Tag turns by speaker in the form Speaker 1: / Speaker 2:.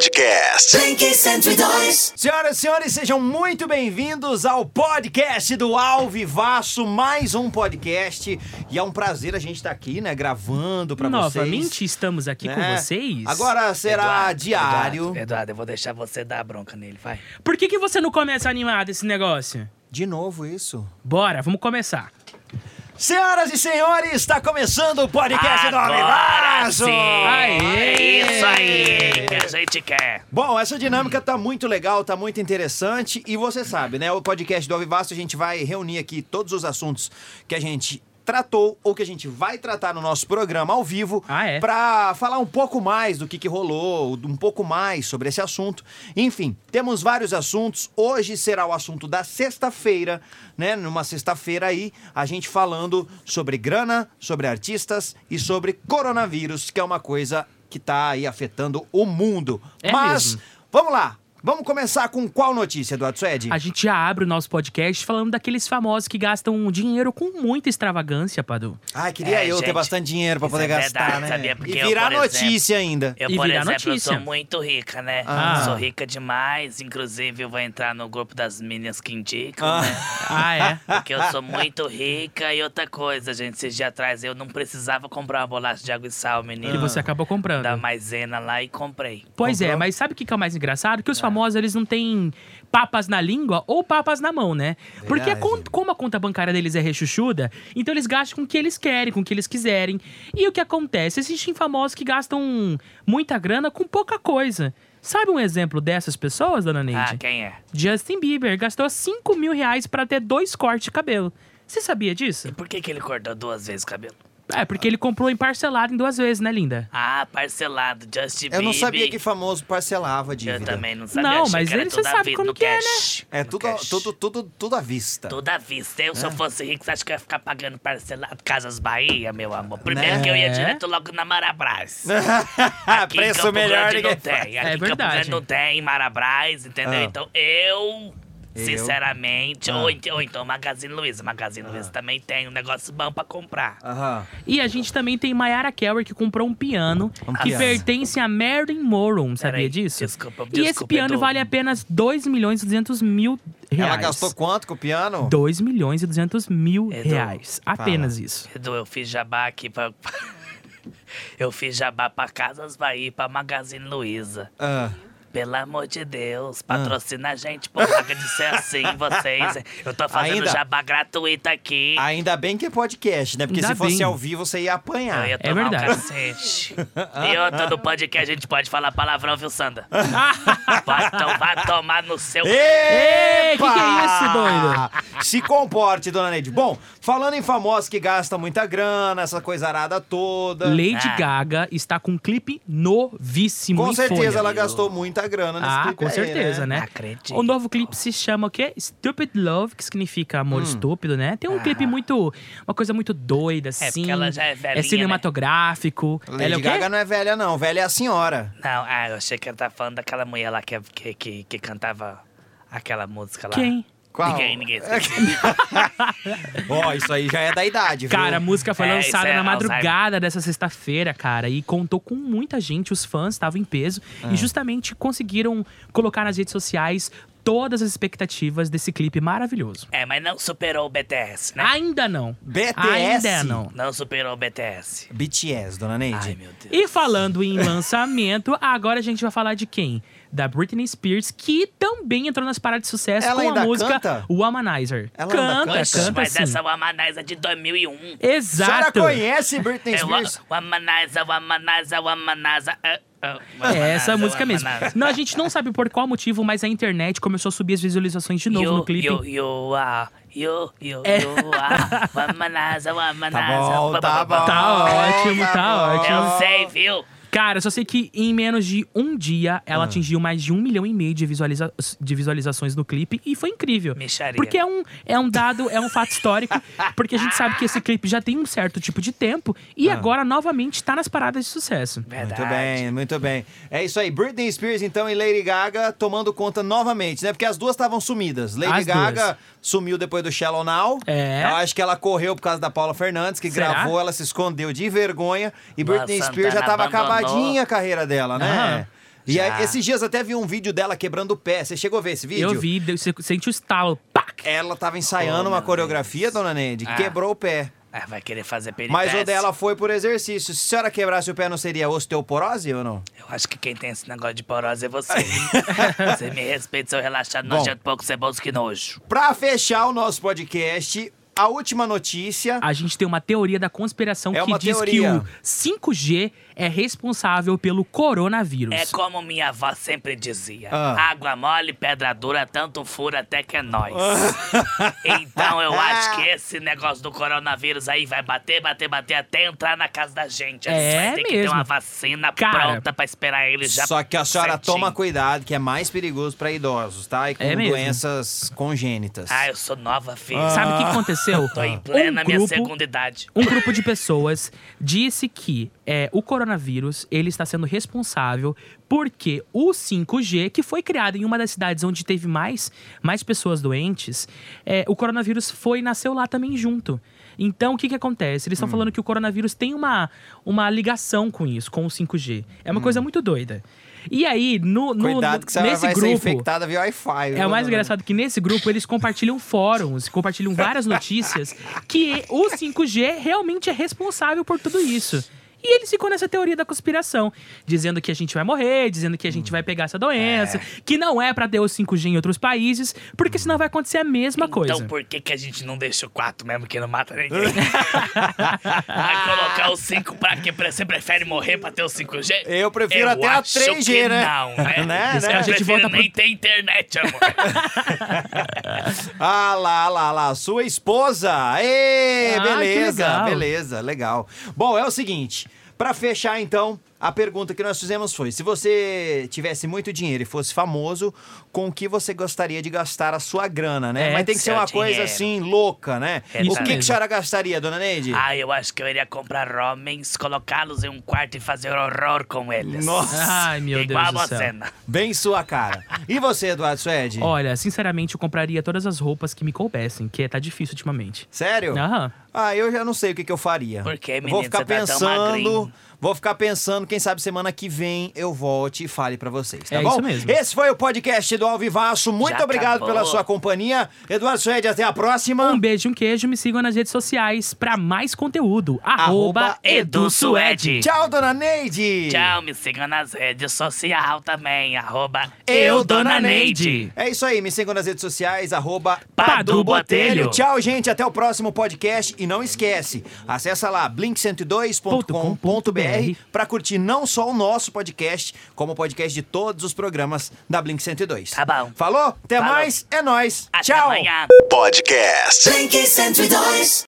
Speaker 1: Podcast.
Speaker 2: Blink 102.
Speaker 3: Senhoras e senhores, sejam muito bem-vindos ao podcast do Alvivaço, mais um podcast. E é um prazer a gente estar aqui, né, gravando pra vocês.
Speaker 4: Novamente estamos aqui
Speaker 3: né?
Speaker 4: com vocês.
Speaker 3: Agora será
Speaker 5: Eduardo,
Speaker 3: diário.
Speaker 5: Eduardo, Eduardo, eu vou deixar você dar a bronca nele, vai.
Speaker 4: Por que, que você não começa animado esse negócio?
Speaker 3: De novo isso.
Speaker 4: Bora, vamos começar.
Speaker 3: Senhoras e senhores, está começando o podcast do Alvivaço!
Speaker 4: Aê!
Speaker 5: aí que a gente quer.
Speaker 3: Bom, essa dinâmica tá muito legal, tá muito interessante. E você sabe, né? O podcast do Alvivaço, a gente vai reunir aqui todos os assuntos que a gente tratou ou que a gente vai tratar no nosso programa ao vivo
Speaker 4: Ah, é?
Speaker 3: pra falar um pouco mais do que, que rolou, um pouco mais sobre esse assunto. Enfim, temos vários assuntos. Hoje será o assunto da sexta-feira, né? Numa sexta-feira aí, a gente falando sobre grana, sobre artistas e sobre coronavírus, que é uma coisa que tá aí afetando o mundo.
Speaker 4: É
Speaker 3: Mas,
Speaker 4: mesmo.
Speaker 3: vamos lá. Vamos começar com qual notícia, Eduardo Suede?
Speaker 4: A gente já abre o nosso podcast falando daqueles famosos que gastam dinheiro com muita extravagância, Padu.
Speaker 3: Ai, queria
Speaker 5: É,
Speaker 3: eu ter
Speaker 5: gente,
Speaker 3: bastante dinheiro pra
Speaker 5: isso
Speaker 3: poder
Speaker 5: é
Speaker 3: gastar,
Speaker 5: verdade,
Speaker 3: né?
Speaker 5: sabia? Porque
Speaker 3: e
Speaker 5: eu,
Speaker 3: virar
Speaker 5: por
Speaker 3: notícia ainda.
Speaker 5: Eu,
Speaker 4: E
Speaker 5: por
Speaker 4: virar
Speaker 5: exemplo, eu
Speaker 4: notícia.
Speaker 5: sou muito rica, né?
Speaker 4: Ah.
Speaker 5: Sou rica demais, inclusive eu vou entrar no grupo das meninas que indicam,
Speaker 3: Ah.
Speaker 5: né?
Speaker 4: Ah, é?
Speaker 5: Porque eu sou muito rica e outra coisa, gente, esses dias atrás eu não precisava comprar uma bolacha de água e sal, menino.
Speaker 4: Que você acabou comprando.
Speaker 5: Da maisena lá e comprei.
Speaker 4: Pois é,
Speaker 3: Comprou?
Speaker 4: mas sabe o que que é o mais engraçado? Que os famosos, eles não têm papas na língua ou papas na mão, né? Porque a
Speaker 3: Verdade.
Speaker 4: con- como a conta bancária deles é rechuchuda, então eles gastam com o que eles querem, com o que eles quiserem. E o que acontece? Existem famosos que gastam muita grana com pouca coisa. Sabe um exemplo dessas pessoas, dona Neide?
Speaker 5: Ah, quem é?
Speaker 4: Justin Bieber gastou 5 mil reais pra ter dois cortes de cabelo. Você sabia disso?
Speaker 5: Por que, que ele cortou duas vezes o cabelo?
Speaker 4: É, porque ele comprou em parcelado em duas vezes, né, linda?
Speaker 5: Ah, parcelado, Justin
Speaker 3: Eu não
Speaker 5: Bieber.
Speaker 3: sabia que famoso parcelava a
Speaker 5: Eu
Speaker 3: dívida.
Speaker 5: também não sabia.
Speaker 4: Não,
Speaker 5: achei
Speaker 4: mas
Speaker 5: que era
Speaker 4: ele- você
Speaker 5: tudo à
Speaker 4: sabe
Speaker 5: vista,
Speaker 4: como
Speaker 5: no
Speaker 4: que é, né?
Speaker 5: cash,
Speaker 3: É
Speaker 5: no
Speaker 3: tudo,
Speaker 5: cash.
Speaker 3: tudo, tudo, tudo à vista.
Speaker 5: Toda à vista. Eu, se
Speaker 3: É.
Speaker 5: eu fosse rico, você acha que eu ia ficar pagando parcelado Casas Bahia, meu amor? Primeiro
Speaker 3: Né?
Speaker 5: que eu ia direto logo na Marabras. Aqui em
Speaker 3: Preço
Speaker 5: Campo
Speaker 3: melhor
Speaker 5: Grande
Speaker 3: ninguém
Speaker 5: não tem. Aqui
Speaker 4: É
Speaker 5: em Campo
Speaker 4: verdade.
Speaker 5: Grande não tem, Marabras, entendeu?
Speaker 3: Ah.
Speaker 5: Então eu,
Speaker 3: Eu?
Speaker 5: sinceramente,
Speaker 3: Ah.
Speaker 5: Ou, ent- ou então Magazine Luiza. Magazine Luiza também tem um negócio bom pra comprar.
Speaker 3: Aham.
Speaker 4: E a gente também tem Mayara Keller, que comprou um piano
Speaker 3: Um
Speaker 4: que
Speaker 3: piano.
Speaker 4: pertence a Marilyn Monroe, sabia
Speaker 5: Peraí,
Speaker 4: disso?
Speaker 5: desculpa,
Speaker 4: e esse
Speaker 5: desculpa,
Speaker 4: piano
Speaker 5: Edu.
Speaker 4: vale apenas 2 milhões e 200 mil reais.
Speaker 3: Ela gastou quanto com o piano?
Speaker 4: 2 milhões e 200 mil
Speaker 5: Edu,
Speaker 4: reais. Apenas isso.
Speaker 5: Edu, eu fiz jabá aqui pra... eu fiz jabá pra Casas Bahia, e pra Magazine Luiza.
Speaker 3: Ah.
Speaker 5: Pelo amor de Deus,
Speaker 4: Ah.
Speaker 5: patrocina a gente, pô. Paga de ser assim, vocês. Eu tô fazendo
Speaker 3: Ainda-
Speaker 5: jabá gratuito aqui.
Speaker 4: Ah,
Speaker 3: Ainda bem que é podcast, né? Porque
Speaker 4: Ainda
Speaker 3: se fosse
Speaker 4: bem.
Speaker 3: ao vivo, você ia apanhar.
Speaker 5: Eu ia
Speaker 4: É
Speaker 5: tomar um
Speaker 4: verdade.
Speaker 5: cacete. E outra no podcast, a gente pode falar palavrão, viu, Sandra? vai, to- vai tomar no seu...
Speaker 3: Epa!
Speaker 4: que que é isso, doido?
Speaker 3: Se comporte, dona Neide. Bom, falando em famosos que gastam muita grana, essa coisarada toda.
Speaker 4: Lady
Speaker 5: Ah.
Speaker 4: Gaga está com um clipe novíssimo
Speaker 3: com
Speaker 4: em
Speaker 3: certeza
Speaker 4: folha.
Speaker 3: ela gastou muita grana nesse
Speaker 4: Ah,
Speaker 3: clipe
Speaker 4: com
Speaker 3: aí,
Speaker 4: certeza, né?
Speaker 5: Acredito.
Speaker 4: O novo clipe se chama o quê? Stupid Love, que significa
Speaker 3: Hum.
Speaker 4: amor estúpido, né? Tem um clipe muito. Uma coisa muito doida,
Speaker 5: É, porque
Speaker 4: assim.
Speaker 5: ela já é velhinha,
Speaker 4: cinematográfico.
Speaker 3: Lady
Speaker 4: ela é o quê?
Speaker 3: Gaga não é velha, não. Velha é a senhora.
Speaker 5: Não, ah, eu achei que ele tava falando daquela mulher lá que, que, que, que cantava aquela música lá.
Speaker 4: Quem?
Speaker 3: Qual?
Speaker 5: Ninguém, ninguém. esquece.
Speaker 3: Ó, isso aí já é da idade, viu?
Speaker 4: Cara, a música foi
Speaker 5: É,
Speaker 4: lançada
Speaker 5: isso é
Speaker 4: na madrugada
Speaker 5: Alzheimer.
Speaker 4: dessa sexta-feira, cara, e contou com muita gente, os fãs estavam em peso
Speaker 3: Ah.
Speaker 4: e justamente conseguiram colocar nas redes sociais todas as expectativas desse clipe maravilhoso.
Speaker 5: É, mas não superou o BTS, né?
Speaker 4: Ainda não.
Speaker 3: BTS?
Speaker 4: Ainda não.
Speaker 5: Não superou o BTS.
Speaker 3: BTS, dona Neide.
Speaker 5: Ai, meu Deus.
Speaker 4: E falando em lançamento, agora a gente vai falar de quem? Da Britney Spears, que também entrou nas paradas de sucesso
Speaker 3: Ela
Speaker 4: com
Speaker 3: ainda
Speaker 4: a música
Speaker 3: canta?
Speaker 4: Womanizer.
Speaker 3: Ela ainda
Speaker 4: canta,
Speaker 3: canta?
Speaker 4: canta,
Speaker 5: Mas
Speaker 4: sim.
Speaker 5: essa Womanizer é de 2001.
Speaker 3: A senhora
Speaker 4: Exato.
Speaker 3: conhece Britney
Speaker 5: É wa-
Speaker 3: Spears?
Speaker 5: Womanizer, Womanizer, Womanizer. ah, ah,
Speaker 4: É essa
Speaker 5: Womanizer,
Speaker 4: música mesmo.
Speaker 5: Womanizer.
Speaker 4: Não, a gente não sabe por qual motivo, mas a internet começou a subir as visualizações de novo
Speaker 5: you,
Speaker 4: no clipe. É.
Speaker 5: You, you are, you, you, you are. Womanizer, Womanizer.
Speaker 3: Tá bom, tá bom.
Speaker 4: Tá ótimo, tá
Speaker 3: é
Speaker 4: ótimo.
Speaker 5: Eu sei, viu?
Speaker 4: Cara, eu só sei que em menos de um dia
Speaker 3: Ah.
Speaker 4: ela atingiu mais de um milhão e meio de, visualiza de visualizações no clipe e foi incrível.
Speaker 5: Mixaria.
Speaker 4: Porque é um, é um dado, é um fato histórico, porque a gente sabe que esse clipe já tem um certo tipo de tempo
Speaker 3: Ah.
Speaker 4: e agora novamente tá nas paradas de sucesso.
Speaker 5: Verdade.
Speaker 3: Muito bem, muito bem. É isso aí. Britney Spears, então, e Lady Gaga tomando conta novamente, né? Porque as duas estavam sumidas. Lady
Speaker 4: As
Speaker 3: Gaga
Speaker 4: duas.
Speaker 3: sumiu depois do Shallow Now.
Speaker 4: É.
Speaker 3: Eu acho que ela correu por causa da Paula Fernandes, que
Speaker 4: Será?
Speaker 3: gravou, ela se escondeu de vergonha. E
Speaker 5: Luan
Speaker 3: Britney Spears já
Speaker 5: Santana
Speaker 3: tava
Speaker 5: abandonou.
Speaker 3: acabadinha a carreira dela, né?
Speaker 4: Aham.
Speaker 3: E
Speaker 4: Já.
Speaker 3: aí, esses dias até vi um vídeo dela quebrando o pé. Você chegou a ver esse vídeo?
Speaker 4: Eu vi, deu- você sente o estalo. Pac!
Speaker 3: Ela tava ensaiando uma coreografia, dona Neide,
Speaker 5: Ah.
Speaker 3: quebrou o pé.
Speaker 5: Ah, vai querer fazer peripécia.
Speaker 3: Mas o dela foi por exercício. Se a senhora quebrasse o pé, não seria osteoporose ou não?
Speaker 5: Eu acho que quem tem esse negócio de porose é você. você me respeita, seu relaxado,
Speaker 3: Bom.
Speaker 5: nojento pouco ceboso que nojo.
Speaker 3: Pra fechar o nosso podcast, a última notícia.
Speaker 4: A gente tem uma teoria da conspiração
Speaker 3: É
Speaker 4: que
Speaker 3: uma
Speaker 4: diz
Speaker 3: teoria.
Speaker 4: que o 5G é responsável pelo coronavírus.
Speaker 5: É como minha avó sempre dizia:
Speaker 3: Ah.
Speaker 5: água mole, pedra dura, tanto fura até que é nós. então eu acho que esse negócio do coronavírus aí vai bater, bater, bater até entrar na casa da gente.
Speaker 4: É
Speaker 5: vai ter que ter
Speaker 4: mesmo.
Speaker 5: uma vacina
Speaker 4: Cara,
Speaker 5: pronta pra esperar ele já.
Speaker 3: Só que a senhora
Speaker 5: certinho.
Speaker 3: toma cuidado, que é mais perigoso pra idosos, tá? E com
Speaker 4: É mesmo.
Speaker 3: doenças congênitas.
Speaker 5: Ah, eu sou nova, filho.
Speaker 4: Sabe o que aconteceu?
Speaker 5: Tô em plena
Speaker 4: um
Speaker 5: minha
Speaker 4: grupo,
Speaker 5: segunda idade.
Speaker 4: Um grupo de pessoas disse que é, o coronavírus ele está sendo responsável porque o 5G, que foi criado em uma das cidades onde teve mais, mais pessoas doentes, é, o coronavírus foi e nasceu lá também junto. Então, o que, que acontece?
Speaker 3: Hum.
Speaker 4: Eles estão falando que o coronavírus tem uma, uma ligação com isso, com o 5G. É uma coisa muito doida. E aí, no, no-
Speaker 3: Hum. Cuidado que a senhora
Speaker 4: nesse
Speaker 3: vai
Speaker 4: grupo,
Speaker 3: ser infectada via Wi-Fi.
Speaker 4: é
Speaker 3: viu,
Speaker 4: o mais
Speaker 3: dona
Speaker 4: engraçado que nesse grupo eles compartilham fóruns, compartilham várias notícias que o 5G realmente é responsável por tudo isso. E eles ficam nessa teoria da conspiração, dizendo que a gente vai morrer, dizendo que a gente vai pegar essa doença, que não é pra ter o 5G em outros países, porque senão vai acontecer a mesma
Speaker 5: Então
Speaker 4: coisa.
Speaker 5: por que, que a gente não deixa o 4 mesmo que não mata ninguém? Vai colocar o 5 pra quê? Pra- Você prefere morrer pra ter o 5G?
Speaker 3: Eu prefiro até a
Speaker 5: acho
Speaker 3: 3G,
Speaker 5: que
Speaker 3: né?
Speaker 5: Não,
Speaker 3: Né,
Speaker 5: né? Eu
Speaker 3: né? A
Speaker 4: gente
Speaker 5: prefiro
Speaker 4: volta pro-
Speaker 5: nem ter internet, amor.
Speaker 3: Ah lá, lá, lá, sua esposa! Ê,
Speaker 4: Ah,
Speaker 3: beleza,
Speaker 4: que legal.
Speaker 3: beleza, legal. Bom, é o seguinte, pra fechar então, a pergunta que nós fizemos foi: se você tivesse muito dinheiro e fosse famoso, com o que você gostaria de gastar a sua grana, né?
Speaker 4: É,
Speaker 3: Mas tem que ser
Speaker 5: seu
Speaker 3: uma coisa
Speaker 5: dinheiro.
Speaker 3: assim louca, né?
Speaker 5: É
Speaker 3: o
Speaker 5: isso
Speaker 3: que, que
Speaker 4: mesmo.
Speaker 3: a senhora gastaria, dona Neide?
Speaker 5: ah, eu acho que eu iria comprar homens, colocá-los em um quarto e fazer horror com eles.
Speaker 3: Nossa,
Speaker 4: Ai, meu
Speaker 5: Igual
Speaker 4: Deus
Speaker 5: a
Speaker 4: do céu.
Speaker 5: cena.
Speaker 3: bem sua cara. E você, Eduardo Suede?
Speaker 4: Olha, sinceramente, eu compraria todas as roupas que me coubessem, que tá difícil ultimamente.
Speaker 3: Sério?
Speaker 4: Aham.
Speaker 3: Ah, eu já não sei o que, que eu faria.
Speaker 5: Por quê, menino?
Speaker 3: Vou ficar
Speaker 5: Você tá tão
Speaker 3: pensando.
Speaker 5: magrinho.
Speaker 3: Vou ficar pensando, quem sabe semana que vem eu volte e fale pra vocês, tá
Speaker 4: É
Speaker 3: bom?
Speaker 4: isso mesmo.
Speaker 3: Esse foi o podcast do Alvivaço. Muito
Speaker 5: Já
Speaker 3: obrigado
Speaker 5: acabou.
Speaker 3: pela sua companhia. Eduardo Suede, até a próxima.
Speaker 4: Um beijo, um queijo, me sigam nas redes sociais pra mais conteúdo.
Speaker 3: Arroba
Speaker 4: Arroba
Speaker 5: Edu Suede.
Speaker 3: Tchau, dona Neide.
Speaker 5: Tchau, me siga nas redes sociais também, arroba
Speaker 3: Eu, Dona É isso aí, me sigam nas redes sociais, arroba
Speaker 5: Padu Botelho.
Speaker 3: Tchau, gente, até o próximo podcast. E não esquece, acessa lá blink102.com.br pra curtir não só o nosso podcast, como o podcast de todos os programas da Blink 102.
Speaker 5: Tá bom.
Speaker 3: Falou? Até
Speaker 5: Falou.
Speaker 3: mais, é nóis.
Speaker 5: Até
Speaker 3: Tchau.
Speaker 5: amanhã.
Speaker 1: Podcast.
Speaker 2: Blink 102